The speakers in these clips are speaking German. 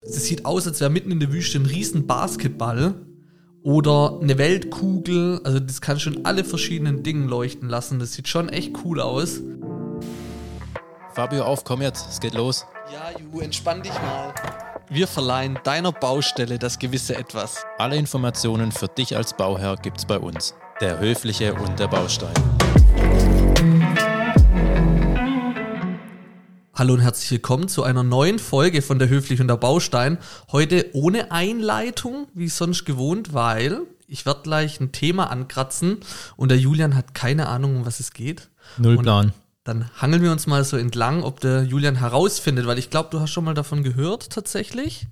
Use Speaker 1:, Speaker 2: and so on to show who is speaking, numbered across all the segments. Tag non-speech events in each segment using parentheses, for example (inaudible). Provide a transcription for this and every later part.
Speaker 1: Das sieht aus, als wäre mitten in der Wüste ein riesen Basketball oder eine Weltkugel. Also das kann schon alle verschiedenen Dingen leuchten lassen. Das sieht schon echt cool aus.
Speaker 2: Fabio, auf, komm jetzt, es geht los.
Speaker 1: Ja, Ju, entspann dich mal. Wir verleihen deiner Baustelle das gewisse Etwas.
Speaker 2: Alle Informationen für dich als Bauherr gibt's bei uns. Der Höfliche und der Baustein.
Speaker 1: Hallo und herzlich willkommen zu einer neuen Folge von der Höflich und der Baustein. Heute ohne Einleitung, wie sonst gewohnt, weil ich werde gleich ein Thema ankratzen und der Julian hat keine Ahnung, um was es geht.
Speaker 2: Null
Speaker 1: Und
Speaker 2: Plan.
Speaker 1: Dann hangeln wir uns mal so entlang, ob der Julian herausfindet, weil ich glaube, du hast schon mal davon gehört tatsächlich.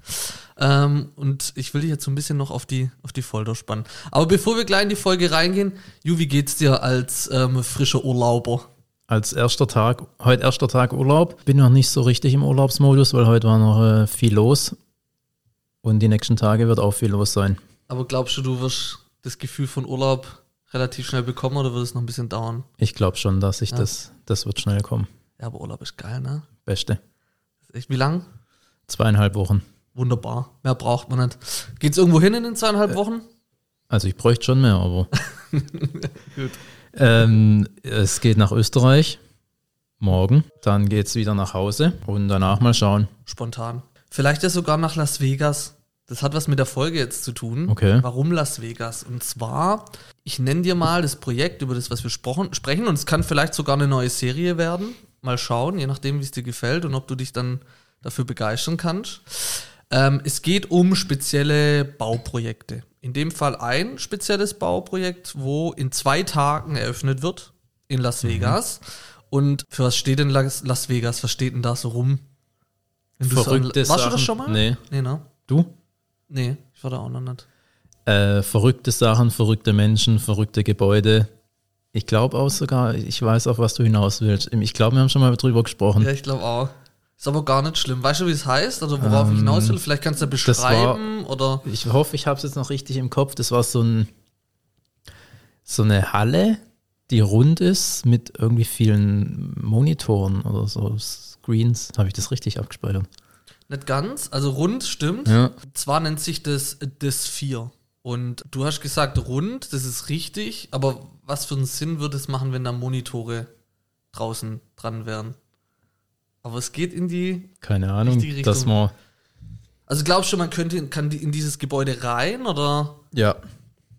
Speaker 1: Ähm, und ich will dich jetzt so ein bisschen noch auf die, auf die Folter spannen. Aber bevor wir gleich in die Folge reingehen, Ju, wie geht's dir als ähm, frischer Urlauber?
Speaker 3: als erster Tag, heute erster Tag Urlaub. Bin noch nicht so richtig im Urlaubsmodus, weil heute war noch äh, viel los. Und die nächsten Tage wird auch viel los sein.
Speaker 1: Aber glaubst du, du wirst das Gefühl von Urlaub relativ schnell bekommen oder wird es noch ein bisschen dauern?
Speaker 3: Ich glaube schon, dass ich
Speaker 1: Ja.
Speaker 3: das, das wird schnell kommen.
Speaker 1: Ja, aber Urlaub ist geil, ne?
Speaker 3: Beste.
Speaker 1: Ist Echt, wie lang?
Speaker 3: Zweieinhalb Wochen.
Speaker 1: Wunderbar. Mehr braucht man nicht. Geht's irgendwo hin in den zweieinhalb Wochen?
Speaker 3: Also ich bräuchte schon mehr, aber.
Speaker 1: (laughs) Gut.
Speaker 3: ähm, es geht nach Österreich. Morgen. Dann geht es wieder nach Hause. Und danach mal schauen.
Speaker 1: Spontan. Vielleicht ja sogar nach Las Vegas. Das hat was mit der Folge jetzt zu tun.
Speaker 3: Okay.
Speaker 1: Warum Las Vegas? Und zwar, ich nenne dir mal das Projekt, über das, was wir sprochen, sprechen. Und es kann vielleicht sogar eine neue Serie werden. Mal schauen, je nachdem, wie es dir gefällt und ob du dich dann dafür begeistern kannst. Ähm, es geht um spezielle Bauprojekte. In dem Fall ein spezielles Bauprojekt, wo in zwei Tagen eröffnet wird in Las
Speaker 3: Mhm.
Speaker 1: Vegas. Und für was steht denn Las, Las Vegas? Was steht denn da so rum? Wenn du so an-
Speaker 3: Verrückte
Speaker 1: Warst du das
Speaker 3: Sachen-
Speaker 1: schon mal?
Speaker 3: Nee.
Speaker 1: Nee, ne?
Speaker 3: Du?
Speaker 1: Nee, ich war da auch noch nicht.
Speaker 3: äh, verrückte Sachen, verrückte Menschen, verrückte Gebäude. Ich glaube auch sogar, ich weiß auch, was du hinaus willst. Ich glaube, wir haben schon mal drüber gesprochen.
Speaker 1: Ja, ich glaube auch. Ist aber gar nicht schlimm. Weißt du, wie es heißt? Also worauf ich hinaus will? Vielleicht kannst du ja
Speaker 3: Ähm, das war-
Speaker 1: beschreiben oder.
Speaker 3: Ich hoffe, ich habe es jetzt noch richtig im Kopf. Das war so, ein, so eine Halle, die rund ist mit irgendwie vielen Monitoren oder so Screens. Habe ich das richtig abgespeichert?
Speaker 1: Nicht ganz. Also rund stimmt.
Speaker 3: Ja.
Speaker 1: Zwar nennt sich das das 4. Und du hast gesagt rund, das ist richtig, aber was für einen Sinn würde es machen, wenn da Monitore draußen dran wären? Aber es geht in die.
Speaker 3: Keine Ahnung,
Speaker 1: Richtige
Speaker 3: dass
Speaker 1: Richtung.
Speaker 3: man.
Speaker 1: Also glaubst du, man könnte kann die- in dieses Gebäude rein oder
Speaker 3: Ja.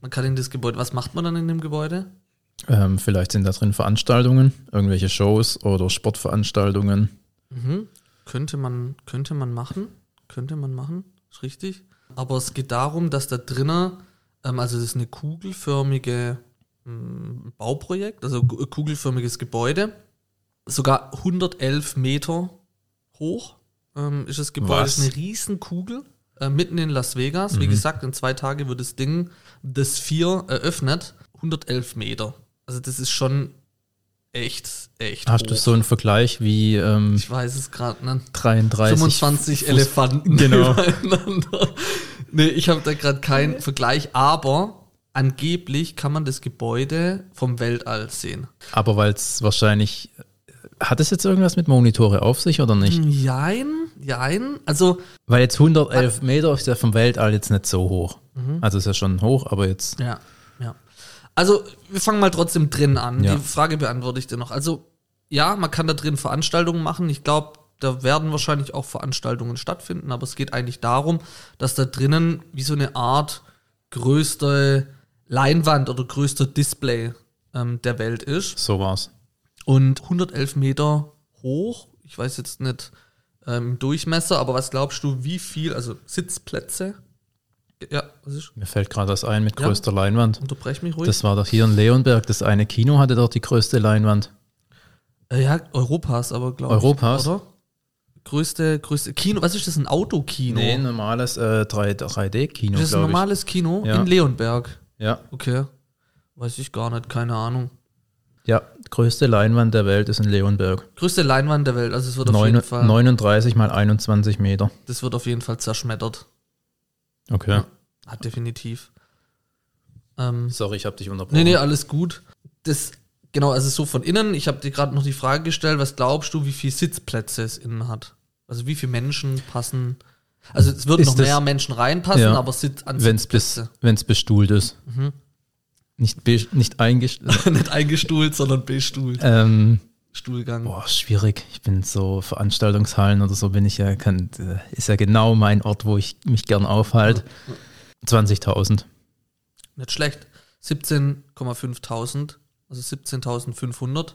Speaker 1: man kann in das Gebäude. Was macht man dann in dem Gebäude?
Speaker 3: Ähm, vielleicht sind da drin Veranstaltungen, irgendwelche Shows oder Sportveranstaltungen.
Speaker 1: Mhm. Könnte man, könnte man machen. Könnte man machen. Ist richtig. Aber es geht darum, dass da drinnen, ähm, also das ist eine kugelförmige ähm, Bauprojekt, also gu- kugelförmiges Gebäude, sogar 111 Meter hoch ähm, ist das Gebäude.
Speaker 3: Was? Mhm.
Speaker 1: Ist eine Riesenkugel äh, mitten in Las Vegas. Wie gesagt, in zwei Tagen wird das Ding, das 4 eröffnet, 111 Meter. Also das ist schon echt, echt
Speaker 3: Hast du
Speaker 1: hoch.
Speaker 3: so einen Vergleich wie ähm,
Speaker 1: Ich weiß es gerade nicht.
Speaker 3: 33
Speaker 1: 25 Elefanten
Speaker 3: Genau.
Speaker 1: übereinander. Nee, ich habe da gerade keinen Vergleich, aber angeblich kann man das Gebäude vom Weltall sehen.
Speaker 3: Aber weil es wahrscheinlich. Hat es jetzt irgendwas mit Monitore auf sich oder
Speaker 1: Hm.
Speaker 3: nicht?
Speaker 1: Jein, jein. Also,
Speaker 3: Weil jetzt 111 Meter ist ja vom Weltall jetzt nicht so hoch.
Speaker 1: Mhm.
Speaker 3: Also ist ja schon hoch, aber jetzt.
Speaker 1: ja, ja. Also, wir fangen mal trotzdem drin an.
Speaker 3: Ja.
Speaker 1: Die Frage beantworte ich dir noch. Also, ja, man kann da drin Veranstaltungen machen. Ich glaube, da werden wahrscheinlich auch Veranstaltungen stattfinden, aber es geht eigentlich darum, dass da drinnen wie so eine Art größte Leinwand oder größter Display ähm, der Welt ist.
Speaker 3: So war's.
Speaker 1: Und 111 Meter hoch, ich weiß jetzt nicht ähm, im Durchmesser, aber was glaubst du, wie viel, also Sitzplätze? Ja, was ist?
Speaker 3: Mir fällt gerade das ein mit
Speaker 1: Ja.
Speaker 3: größter Leinwand.
Speaker 1: Unterbrech mich ruhig.
Speaker 3: Das war doch hier in Leonberg. Das eine Kino hatte doch die größte Leinwand.
Speaker 1: Äh, ja, Europas, aber glaube ich.
Speaker 3: Europas?
Speaker 1: Oder? Größte, größte Kino, was ist das, ein Autokino?
Speaker 3: Nee, normales äh, 3, d kino
Speaker 1: Das ist ein
Speaker 3: glaube ich.
Speaker 1: normales Kino
Speaker 3: Ja.
Speaker 1: in Leonberg.
Speaker 3: Ja.
Speaker 1: Okay. Weiß ich gar nicht, keine Ahnung.
Speaker 3: ja, größte Leinwand der Welt ist in Leonberg.
Speaker 1: Größte Leinwand der Welt, also es wird auf
Speaker 3: Neun,
Speaker 1: jeden Fall,
Speaker 3: 39 mal 21 Meter.
Speaker 1: das wird auf jeden Fall zerschmettert.
Speaker 3: Okay.
Speaker 1: Ah, definitiv. Ähm,
Speaker 3: Sorry, ich habe dich unterbrochen.
Speaker 1: nee, nee, alles gut. Das, genau, also so von innen, ich habe dir gerade noch die Frage gestellt, was glaubst du, wie viele Sitzplätze es innen hat? Also wie viele Menschen passen? Also es würden
Speaker 3: Ist
Speaker 1: noch
Speaker 3: das-
Speaker 1: mehr Menschen reinpassen,
Speaker 3: Ja.
Speaker 1: aber Sitz an
Speaker 3: Wenn es bis,
Speaker 1: Sitzplätze.
Speaker 3: wenn's bestuhlt ist.
Speaker 1: Mhm.
Speaker 3: Nicht, be, nicht
Speaker 1: (laughs)
Speaker 3: eingestuhlt.
Speaker 1: Nicht eingestuhlt, sondern bestuhlt.
Speaker 3: (laughs) ähm,
Speaker 1: Stuhlgang.
Speaker 3: boah, schwierig. Ich bin so Veranstaltungshallen oder so bin ich ja, kann, äh, ist ja genau mein Ort, wo ich mich gern aufhalte. 20.000.
Speaker 1: Nicht schlecht. 17,500, also 17.500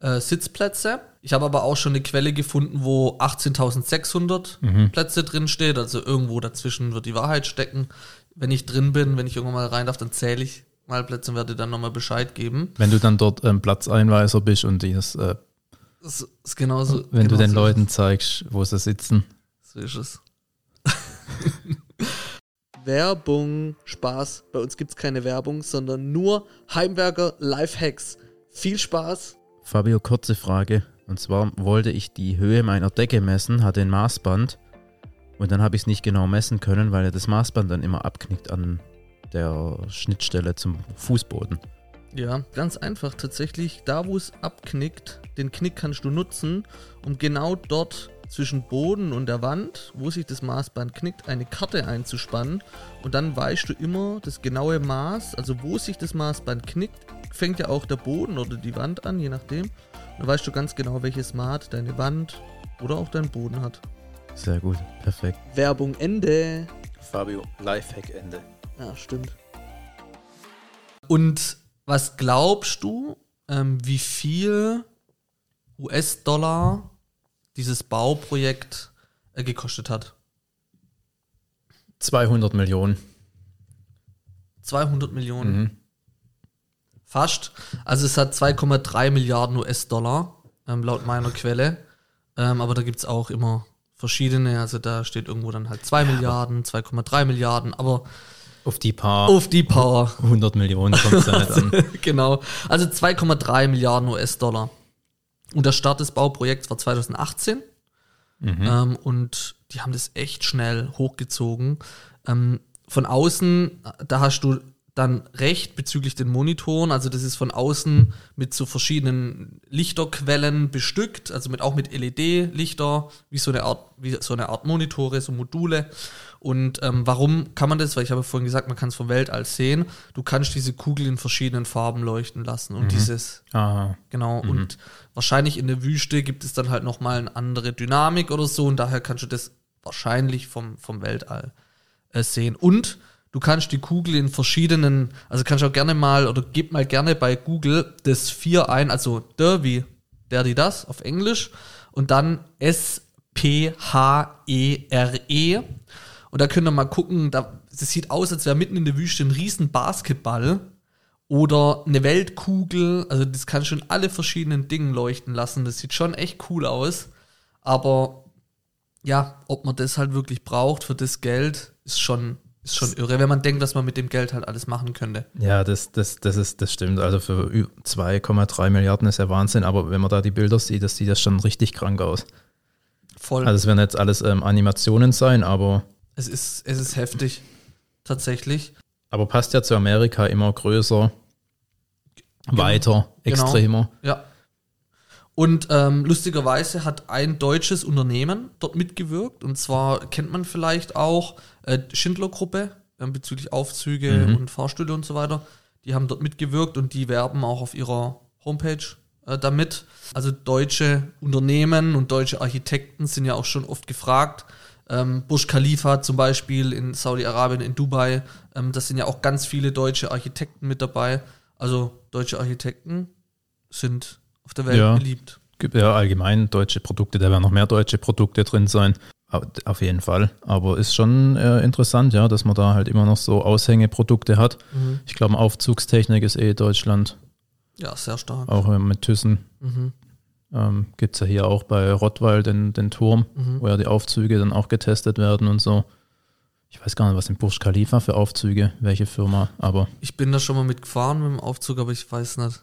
Speaker 1: äh, Sitzplätze. Ich habe aber auch schon eine Quelle gefunden, wo 18.600
Speaker 3: Mhm.
Speaker 1: Plätze drin steht. Also irgendwo dazwischen wird die Wahrheit stecken. Wenn ich drin bin, wenn ich irgendwann mal rein darf, dann zähle ich mal Plätze und werde dann nochmal Bescheid geben.
Speaker 3: Wenn du dann dort ähm, Platzeinweiser bist und dieses, äh,
Speaker 1: Das ist genauso.
Speaker 3: wenn
Speaker 1: genau
Speaker 3: du den
Speaker 1: so
Speaker 3: Leuten zeigst, wo sie sitzen.
Speaker 1: Ist, so ist es. (laughs) Werbung. Spaß. Bei uns gibt es keine Werbung, sondern nur Heimwerker Lifehacks. Viel Spaß.
Speaker 4: Fabio, kurze Frage. Und zwar wollte ich die Höhe meiner Decke messen, hatte ein Maßband und dann habe ich es nicht genau messen können, weil ja das Maßband dann immer abknickt an der Schnittstelle zum Fußboden.
Speaker 1: Ja, ganz einfach tatsächlich. Da, wo es abknickt, den Knick kannst du nutzen, um genau dort zwischen Boden und der Wand, wo sich das Maßband knickt, eine Karte einzuspannen. Und dann weißt du immer das genaue Maß, also wo sich das Maßband knickt, fängt ja auch der Boden oder die Wand an, je nachdem. Und dann weißt du ganz genau, welches Maß deine Wand oder auch dein Boden hat.
Speaker 4: Sehr gut, perfekt.
Speaker 1: Werbung Ende.
Speaker 2: Fabio, Lifehack Ende.
Speaker 1: Ja, stimmt. Und was glaubst du, ähm, wie viel US-Dollar dieses Bauprojekt äh, gekostet hat?
Speaker 3: 200 Millionen.
Speaker 1: 200 Millionen.
Speaker 3: Mhm.
Speaker 1: Fast. Also es hat 2,3 Milliarden US-Dollar, ähm, laut meiner Quelle. Ähm, aber da gibt es auch immer verschiedene. Also da steht irgendwo dann halt 2 Milliarden, 2,3 Milliarden. Aber
Speaker 3: Auf die paar
Speaker 4: Oh.
Speaker 1: auf die Power.
Speaker 3: 100 Millionen kommt es ja nicht an.
Speaker 4: (laughs)
Speaker 1: (laughs) genau. Also 2,3 Milliarden US-Dollar. Und der Start des Bauprojekts war 2018. Ähm, und die haben das echt schnell hochgezogen. Ähm, von außen, da hast du dann recht bezüglich den Monitoren. Also das ist von außen mit so verschiedenen Lichterquellen bestückt, also mit, auch mit LED-Lichter, wie so eine Art, wie so eine Art Monitore, so Module. Und ähm, warum kann man das? Weil ich habe vorhin gesagt, man kann es vom Weltall sehen. Du kannst diese Kugel in verschiedenen Farben leuchten lassen und dieses
Speaker 3: Aha.
Speaker 1: Genau, und wahrscheinlich in der Wüste gibt es dann halt nochmal eine andere Dynamik oder so und daher kannst du das wahrscheinlich vom, vom Weltall äh, sehen. Und du kannst die Kugel in verschiedenen, also kannst auch gerne mal oder gib mal gerne bei Google das 4 ein, also Derby, der die das auf Englisch und dann S-P-H-E-R-E. E Und da könnt ihr mal gucken, da, das sieht aus, als wäre mitten in der Wüste ein riesen Basketball oder eine Weltkugel. Also das kann schon alle verschiedenen Dingen leuchten lassen. Das sieht schon echt cool aus. Aber ja, ob man das halt wirklich braucht für das Geld, ist schon, ist schon irre, wenn man denkt, dass man mit dem Geld halt alles machen könnte.
Speaker 3: Ja, das, das, das, ist, das stimmt. Also für ü- 2,3 Milliarden ist ja Wahnsinn, aber wenn man da die Bilder sieht, das sieht das schon richtig krank aus.
Speaker 1: Voll.
Speaker 3: Also es werden jetzt alles ähm, Animationen sein, aber,
Speaker 1: es, ist, es ist heftig. Tatsächlich.
Speaker 3: aber passt ja zu Amerika immer größer, weiter,
Speaker 1: Genau.
Speaker 3: extremer.
Speaker 1: Ja. Und ähm, lustigerweise hat ein deutsches Unternehmen dort mitgewirkt. Und zwar kennt man vielleicht auch äh, Schindler-Gruppe ähm, bezüglich Aufzüge und Fahrstühle und so weiter. Die haben dort mitgewirkt und die werben auch auf ihrer Homepage äh, damit. Also deutsche Unternehmen und deutsche Architekten sind ja auch schon oft gefragt. Ähm, Burj Khalifa zum Beispiel in Saudi-Arabien, in Dubai. Ähm, das sind ja auch ganz viele deutsche Architekten mit dabei. Also deutsche Architekten sind auf der Welt
Speaker 3: Ja.
Speaker 1: beliebt.
Speaker 3: Gibt ja allgemein deutsche Produkte, da werden noch mehr deutsche Produkte drin sein. Au- Auf jeden Fall. Aber ist schon äh, interessant, ja, dass man da halt immer noch so Aushängeprodukte hat. Ich glaube, Aufzugstechnik ist eh Deutschland,
Speaker 1: Ja, sehr stark.
Speaker 3: auch äh, mit Thyssen.
Speaker 1: Mhm.
Speaker 3: Ähm, Gibt es ja hier auch bei Rottweil den, den Turm,
Speaker 1: Mhm.
Speaker 3: wo ja die Aufzüge dann auch getestet werden und so. Ich weiß gar nicht, was im Burj Khalifa für Aufzüge, welche Firma, aber
Speaker 1: Ich bin da schon mal mitgefahren mit dem Aufzug, aber ich weiß nicht.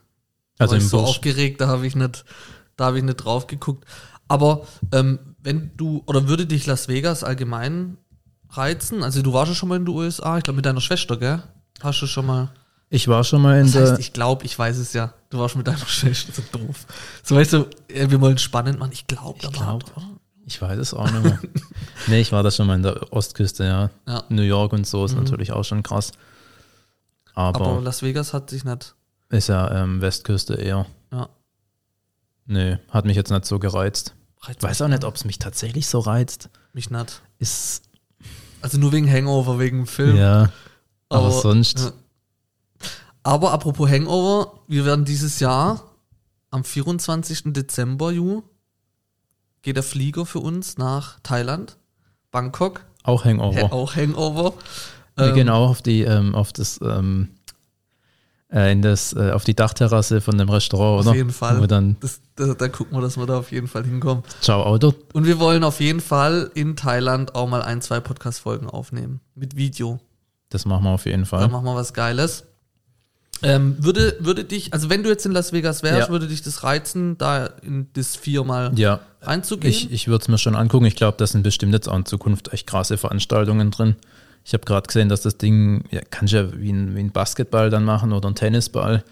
Speaker 1: Da
Speaker 3: also
Speaker 1: war
Speaker 3: im
Speaker 1: ich so
Speaker 3: Burj.
Speaker 1: aufgeregt, da habe ich nicht, da habe ich nicht drauf geguckt. Aber ähm, wenn du oder würde dich Las Vegas allgemein reizen? Also du warst ja schon mal in den USA, ich glaube mit deiner Schwester, gell? Hast du schon mal?
Speaker 3: Ich war schon mal in
Speaker 1: Das
Speaker 3: der.
Speaker 1: heißt, ich glaube, ich weiß es ja. (laughs) Du warst mit deiner Schwester so doof. So weißt du, äh, wir wollen spannend machen. Ich glaube,
Speaker 3: Ich glaub. Ich weiß es auch
Speaker 1: (laughs)
Speaker 3: nicht mehr. nee, ich war da schon mal in der Ostküste, ja.
Speaker 1: Ja. Mhm.
Speaker 3: New York und so ist natürlich auch schon krass. Aber,
Speaker 1: Aber, Las Vegas hat sich nicht.
Speaker 3: ist ja ähm, Westküste eher.
Speaker 1: Ja.
Speaker 3: Nee, hat mich jetzt nicht so gereizt.
Speaker 1: Reizt
Speaker 3: Weiß auch nicht, ob es mich tatsächlich so reizt.
Speaker 1: mich nicht.
Speaker 3: Ist,
Speaker 1: Also nur wegen Hangover, wegen dem Film.
Speaker 3: ja, aber sonst-
Speaker 1: Aber apropos Hangover, wir werden dieses Jahr am 24. Dezember, Ju, geht der Flieger für uns nach Thailand, Bangkok,
Speaker 3: auch Hangover.
Speaker 1: hä- auch Hangover.
Speaker 3: Wir
Speaker 1: oh, Ähm,
Speaker 3: gehen auch auf die, ähm, auf das, ähm, äh, in das, äh, auf die Dachterrasse von dem Restaurant,
Speaker 1: Auf
Speaker 3: oder?
Speaker 1: jeden Fall.
Speaker 3: Wo wir dann,
Speaker 1: Das, da, da gucken wir, dass wir da auf jeden Fall hinkommen.
Speaker 3: ciao Auto.
Speaker 1: Und wir wollen auf jeden Fall in Thailand auch mal ein, zwei Podcast-Folgen aufnehmen. Mit Video.
Speaker 3: Das machen wir auf jeden
Speaker 1: Da
Speaker 3: Fall.
Speaker 1: machen wir was Geiles. Ähm, würde, würde dich, also wenn du jetzt in Las Vegas wärst,
Speaker 3: Ja.
Speaker 1: würde dich das reizen, da in das viermal
Speaker 3: Ja,
Speaker 1: reinzugehen?
Speaker 3: ich, ich würde es mir schon angucken. Ich glaube, das sind bestimmt jetzt auch in Zukunft echt krasse Veranstaltungen drin. Ich habe gerade gesehen, dass das Ding, ja, kannst du ja wie ein, wie ein Basketball dann machen oder ein Tennisball.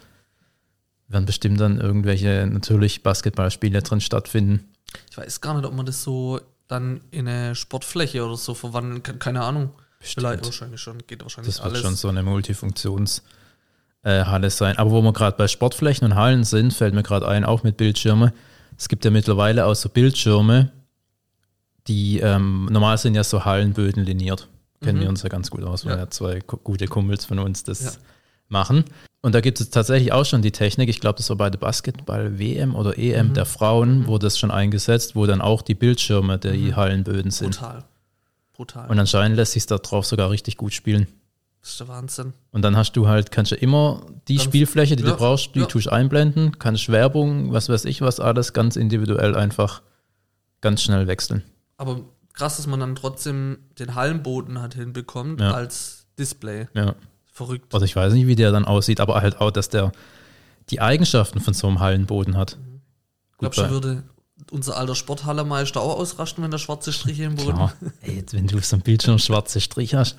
Speaker 3: Werden bestimmt dann irgendwelche natürlich Basketballspiele drin stattfinden.
Speaker 1: Ich weiß gar nicht, ob man das so dann in eine Sportfläche oder so verwandeln kann. Keine Ahnung. Vielleicht wahrscheinlich schon, geht wahrscheinlich
Speaker 3: Das wird
Speaker 1: Mhm. alles.
Speaker 3: schon so eine Multifunktionshalle sein. Aber wo wir gerade bei Sportflächen und Hallen sind, fällt mir gerade ein, auch mit Bildschirme. Es gibt ja mittlerweile auch so Bildschirme, die ähm, normal sind ja so Hallenböden liniert. Kennen
Speaker 1: Mhm.
Speaker 3: wir uns ja ganz gut aus, weil
Speaker 1: Ja.
Speaker 3: ja, zwei ku- gute Kumpels von uns das
Speaker 1: Ja.
Speaker 3: machen. Und da gibt es tatsächlich auch schon die Technik, ich glaube, das war bei der Basketball-WM oder EM
Speaker 1: Mhm.
Speaker 3: der Frauen, wurde das schon eingesetzt, wo dann auch die Bildschirme der
Speaker 1: Mhm.
Speaker 3: Hallenböden sind.
Speaker 1: brutal. Brutal.
Speaker 3: Und anscheinend lässt sich da drauf sogar richtig gut spielen.
Speaker 1: das ist der Wahnsinn.
Speaker 3: Und dann hast du halt, kannst du immer die
Speaker 1: Dann-
Speaker 3: Spielfläche, die
Speaker 1: ja,
Speaker 3: du brauchst, die
Speaker 1: ja.
Speaker 3: tust einblenden, kannst Werbung, was weiß ich, was alles ganz individuell einfach ganz schnell wechseln.
Speaker 1: Aber krass, dass man dann trotzdem den Hallenboden hat hinbekommt
Speaker 3: Ja.
Speaker 1: als Display.
Speaker 3: Ja.
Speaker 1: Verrückt.
Speaker 3: Also ich weiß nicht, wie der dann aussieht, aber halt auch, dass der die Eigenschaften von so einem Hallenboden hat.
Speaker 1: Glaubst
Speaker 3: bei-
Speaker 1: du, würde unser alter Sporthallermeister auch ausrasten, wenn da schwarze Striche im Boden
Speaker 3: Klar. Ey, jetzt, wenn du auf so einem Bildschirm schwarze
Speaker 1: (laughs)
Speaker 3: Strich hast,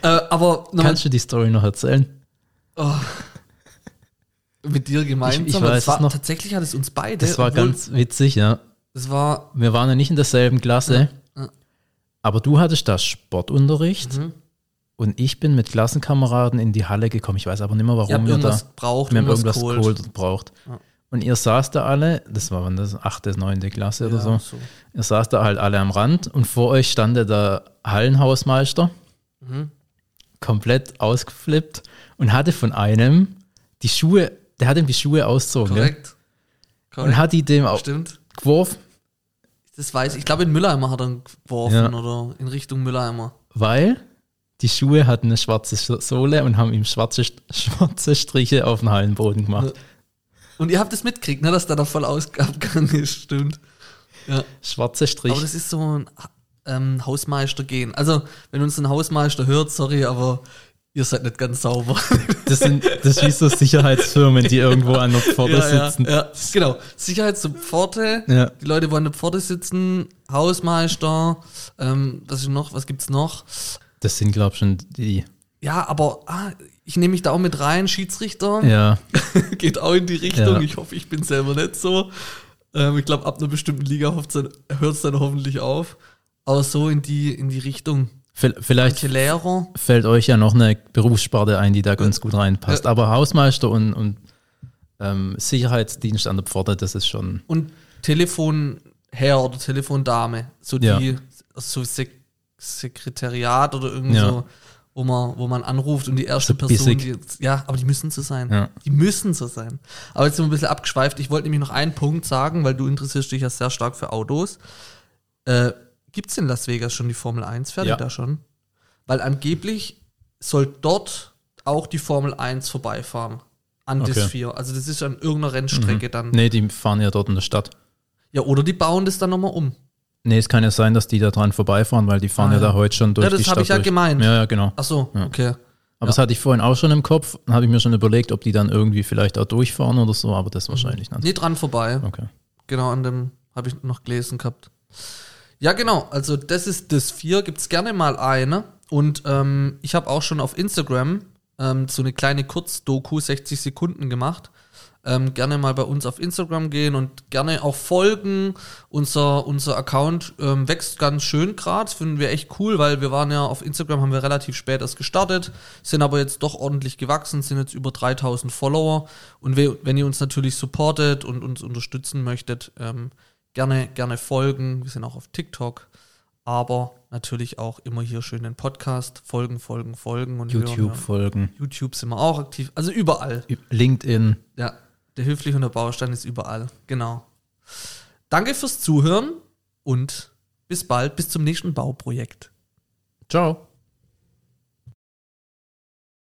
Speaker 1: Äh, aber nochmal
Speaker 3: kannst du die Story noch erzählen?
Speaker 1: mit dir gemeinsam.
Speaker 3: Ich- ich
Speaker 1: aber
Speaker 3: weiß
Speaker 1: das war,
Speaker 3: es noch.
Speaker 1: Tatsächlich hat es uns beide.
Speaker 3: Das war
Speaker 1: obwohl-
Speaker 3: ganz witzig, ja.
Speaker 1: Es war
Speaker 3: Wir waren ja nicht in derselben Klasse,
Speaker 1: Ja, Mhm. ja.
Speaker 3: aber du hattest da Sportunterricht und ich bin mit Klassenkameraden in die Halle gekommen. Ich weiß aber nicht mehr, warum
Speaker 1: ihr habt
Speaker 3: wir da.
Speaker 1: irgendwas gebraucht,
Speaker 3: Wir haben irgendwas
Speaker 1: geholt.
Speaker 3: geholt und braucht.
Speaker 1: Ja.
Speaker 3: Und ihr saß da alle, das war wann das, achte, neunte Klasse oder so. Ihr saß da halt alle am Rand und vor euch stand der Hallenhausmeister,
Speaker 1: Mhm.
Speaker 3: komplett ausgeflippt und hatte von einem die Schuhe, der hat ihm die Schuhe auszogen gell?
Speaker 1: Korrekt.
Speaker 3: und
Speaker 1: Korrekt.
Speaker 3: hat die dem auch
Speaker 1: Stimmt.
Speaker 3: geworfen,
Speaker 1: Das weiß ich. Ich glaube, in Mülleimer hat er ihn geworfen
Speaker 3: Ja.
Speaker 1: oder in Richtung Mülleimer.
Speaker 3: weil die Schuhe hatten eine schwarze Sch- Sohle und haben ihm schwarze, St- (laughs) schwarze Striche auf den Hallenboden gemacht.
Speaker 1: Und ihr habt es mitgekriegt, ne, dass da da voll aus- abgegangen ist. Stimmt. Ja.
Speaker 3: Schwarze
Speaker 1: Aber
Speaker 3: Striche.
Speaker 1: das ist so ein ähm, Hausmeister-Gen. Also, wenn uns ein Hausmeister hört, sorry, aber ihr seid nicht ganz sauber.
Speaker 3: Das sind das ist wie so Sicherheitsfirmen, die irgendwo an der Pforte
Speaker 1: (laughs)
Speaker 3: sitzen.
Speaker 1: Ja, ja. Genau. Sicherheit zur Pforte.
Speaker 3: Ja.
Speaker 1: Die Leute wollen an der Pforte sitzen. Hausmeister. Ähm, was ist noch? Was gibt's noch?
Speaker 3: Das sind, glaube ich, schon die.
Speaker 1: Ja, aber ah, ich nehme mich da auch mit rein. Schiedsrichter
Speaker 3: Ja,
Speaker 1: (laughs) geht auch in die Richtung.
Speaker 3: Ja.
Speaker 1: Ich hoffe, ich bin selber nicht so. Ähm, ich glaube, ab einer bestimmten Liga hört es dann hoffentlich auf. Aber so in die, in die Richtung.
Speaker 3: vi- vielleicht
Speaker 1: Manche Lehrer.
Speaker 3: fällt euch ja noch eine Berufssparte ein, die da ganz gut reinpasst. Aber Hausmeister und, und ähm, Sicherheitsdienst an der Pforte, das ist schon.
Speaker 1: und Telefonherr oder Telefondame, so die
Speaker 3: Ja.
Speaker 1: so Sek Sekretariat oder irgendwie
Speaker 3: Ja.
Speaker 1: so, wo man wo man anruft und die erste
Speaker 3: So
Speaker 1: Person,
Speaker 3: bissig.
Speaker 1: die jetzt, ja, aber die müssen so sein.
Speaker 3: Ja.
Speaker 1: Die müssen so sein. Aber jetzt sind wir ein bisschen abgeschweift. Ich wollte nämlich noch einen Punkt sagen, weil du interessierst dich ja sehr stark für Autos. Äh, Gibt es in Las Vegas schon die Formel 1? Fährt
Speaker 3: Ja.
Speaker 1: die da schon? Weil angeblich soll dort auch die Formel 1 vorbeifahren. An okay.
Speaker 3: Okay.
Speaker 1: 4. Also das ist an irgendeiner Rennstrecke dann.
Speaker 3: Nee, die fahren ja dort in der Stadt.
Speaker 1: Ja, oder die bauen das dann nochmal um.
Speaker 3: Nee, es kann ja sein, dass die da dran vorbeifahren, weil die fahren
Speaker 1: Ah,
Speaker 3: ja,
Speaker 1: ja.
Speaker 3: da heute schon durch
Speaker 1: Ja, das
Speaker 3: die
Speaker 1: hab
Speaker 3: Stadt.
Speaker 1: ich ja
Speaker 3: durch.
Speaker 1: gemeint. Ah,
Speaker 3: Ja, ja, genau.
Speaker 1: Ach so,
Speaker 3: Ja.
Speaker 1: okay.
Speaker 3: Aber das hatte ich vorhin auch schon im Kopf. Dann habe ich mir schon überlegt, ob die dann irgendwie vielleicht auch durchfahren oder so, aber das wahrscheinlich nicht.
Speaker 1: Nee, dran vorbei.
Speaker 3: Okay.
Speaker 1: Genau, an dem habe ich noch gelesen gehabt. Ja, genau. Also, das ist das 4. Gibt es gerne mal eine. Und ähm, ich habe auch schon auf Instagram ähm, so eine kleine Kurzdoku, 60 Sekunden gemacht. Ähm, gerne mal bei uns auf Instagram gehen und gerne auch folgen. Unser, unser Account ähm, wächst ganz schön gerade. Finden wir echt cool, weil wir waren ja auf Instagram, haben wir relativ spät erst gestartet, sind aber jetzt doch ordentlich gewachsen, sind jetzt über 3000 Follower. Und we, wenn ihr uns natürlich supportet und uns unterstützen möchtet, ähm, gerne, gerne folgen. Wir sind auch auf TikTok. Aber natürlich auch immer hier schön den Podcast folgen, folgen, folgen und hören, hören.
Speaker 3: YouTube-Folgen,
Speaker 1: YouTube sind wir auch aktiv. Also überall.
Speaker 3: LinkedIn.
Speaker 1: Ja, der Höflich und der Baustein ist überall. Genau. Danke fürs Zuhören und bis bald, bis zum nächsten Bauprojekt.
Speaker 3: Ciao.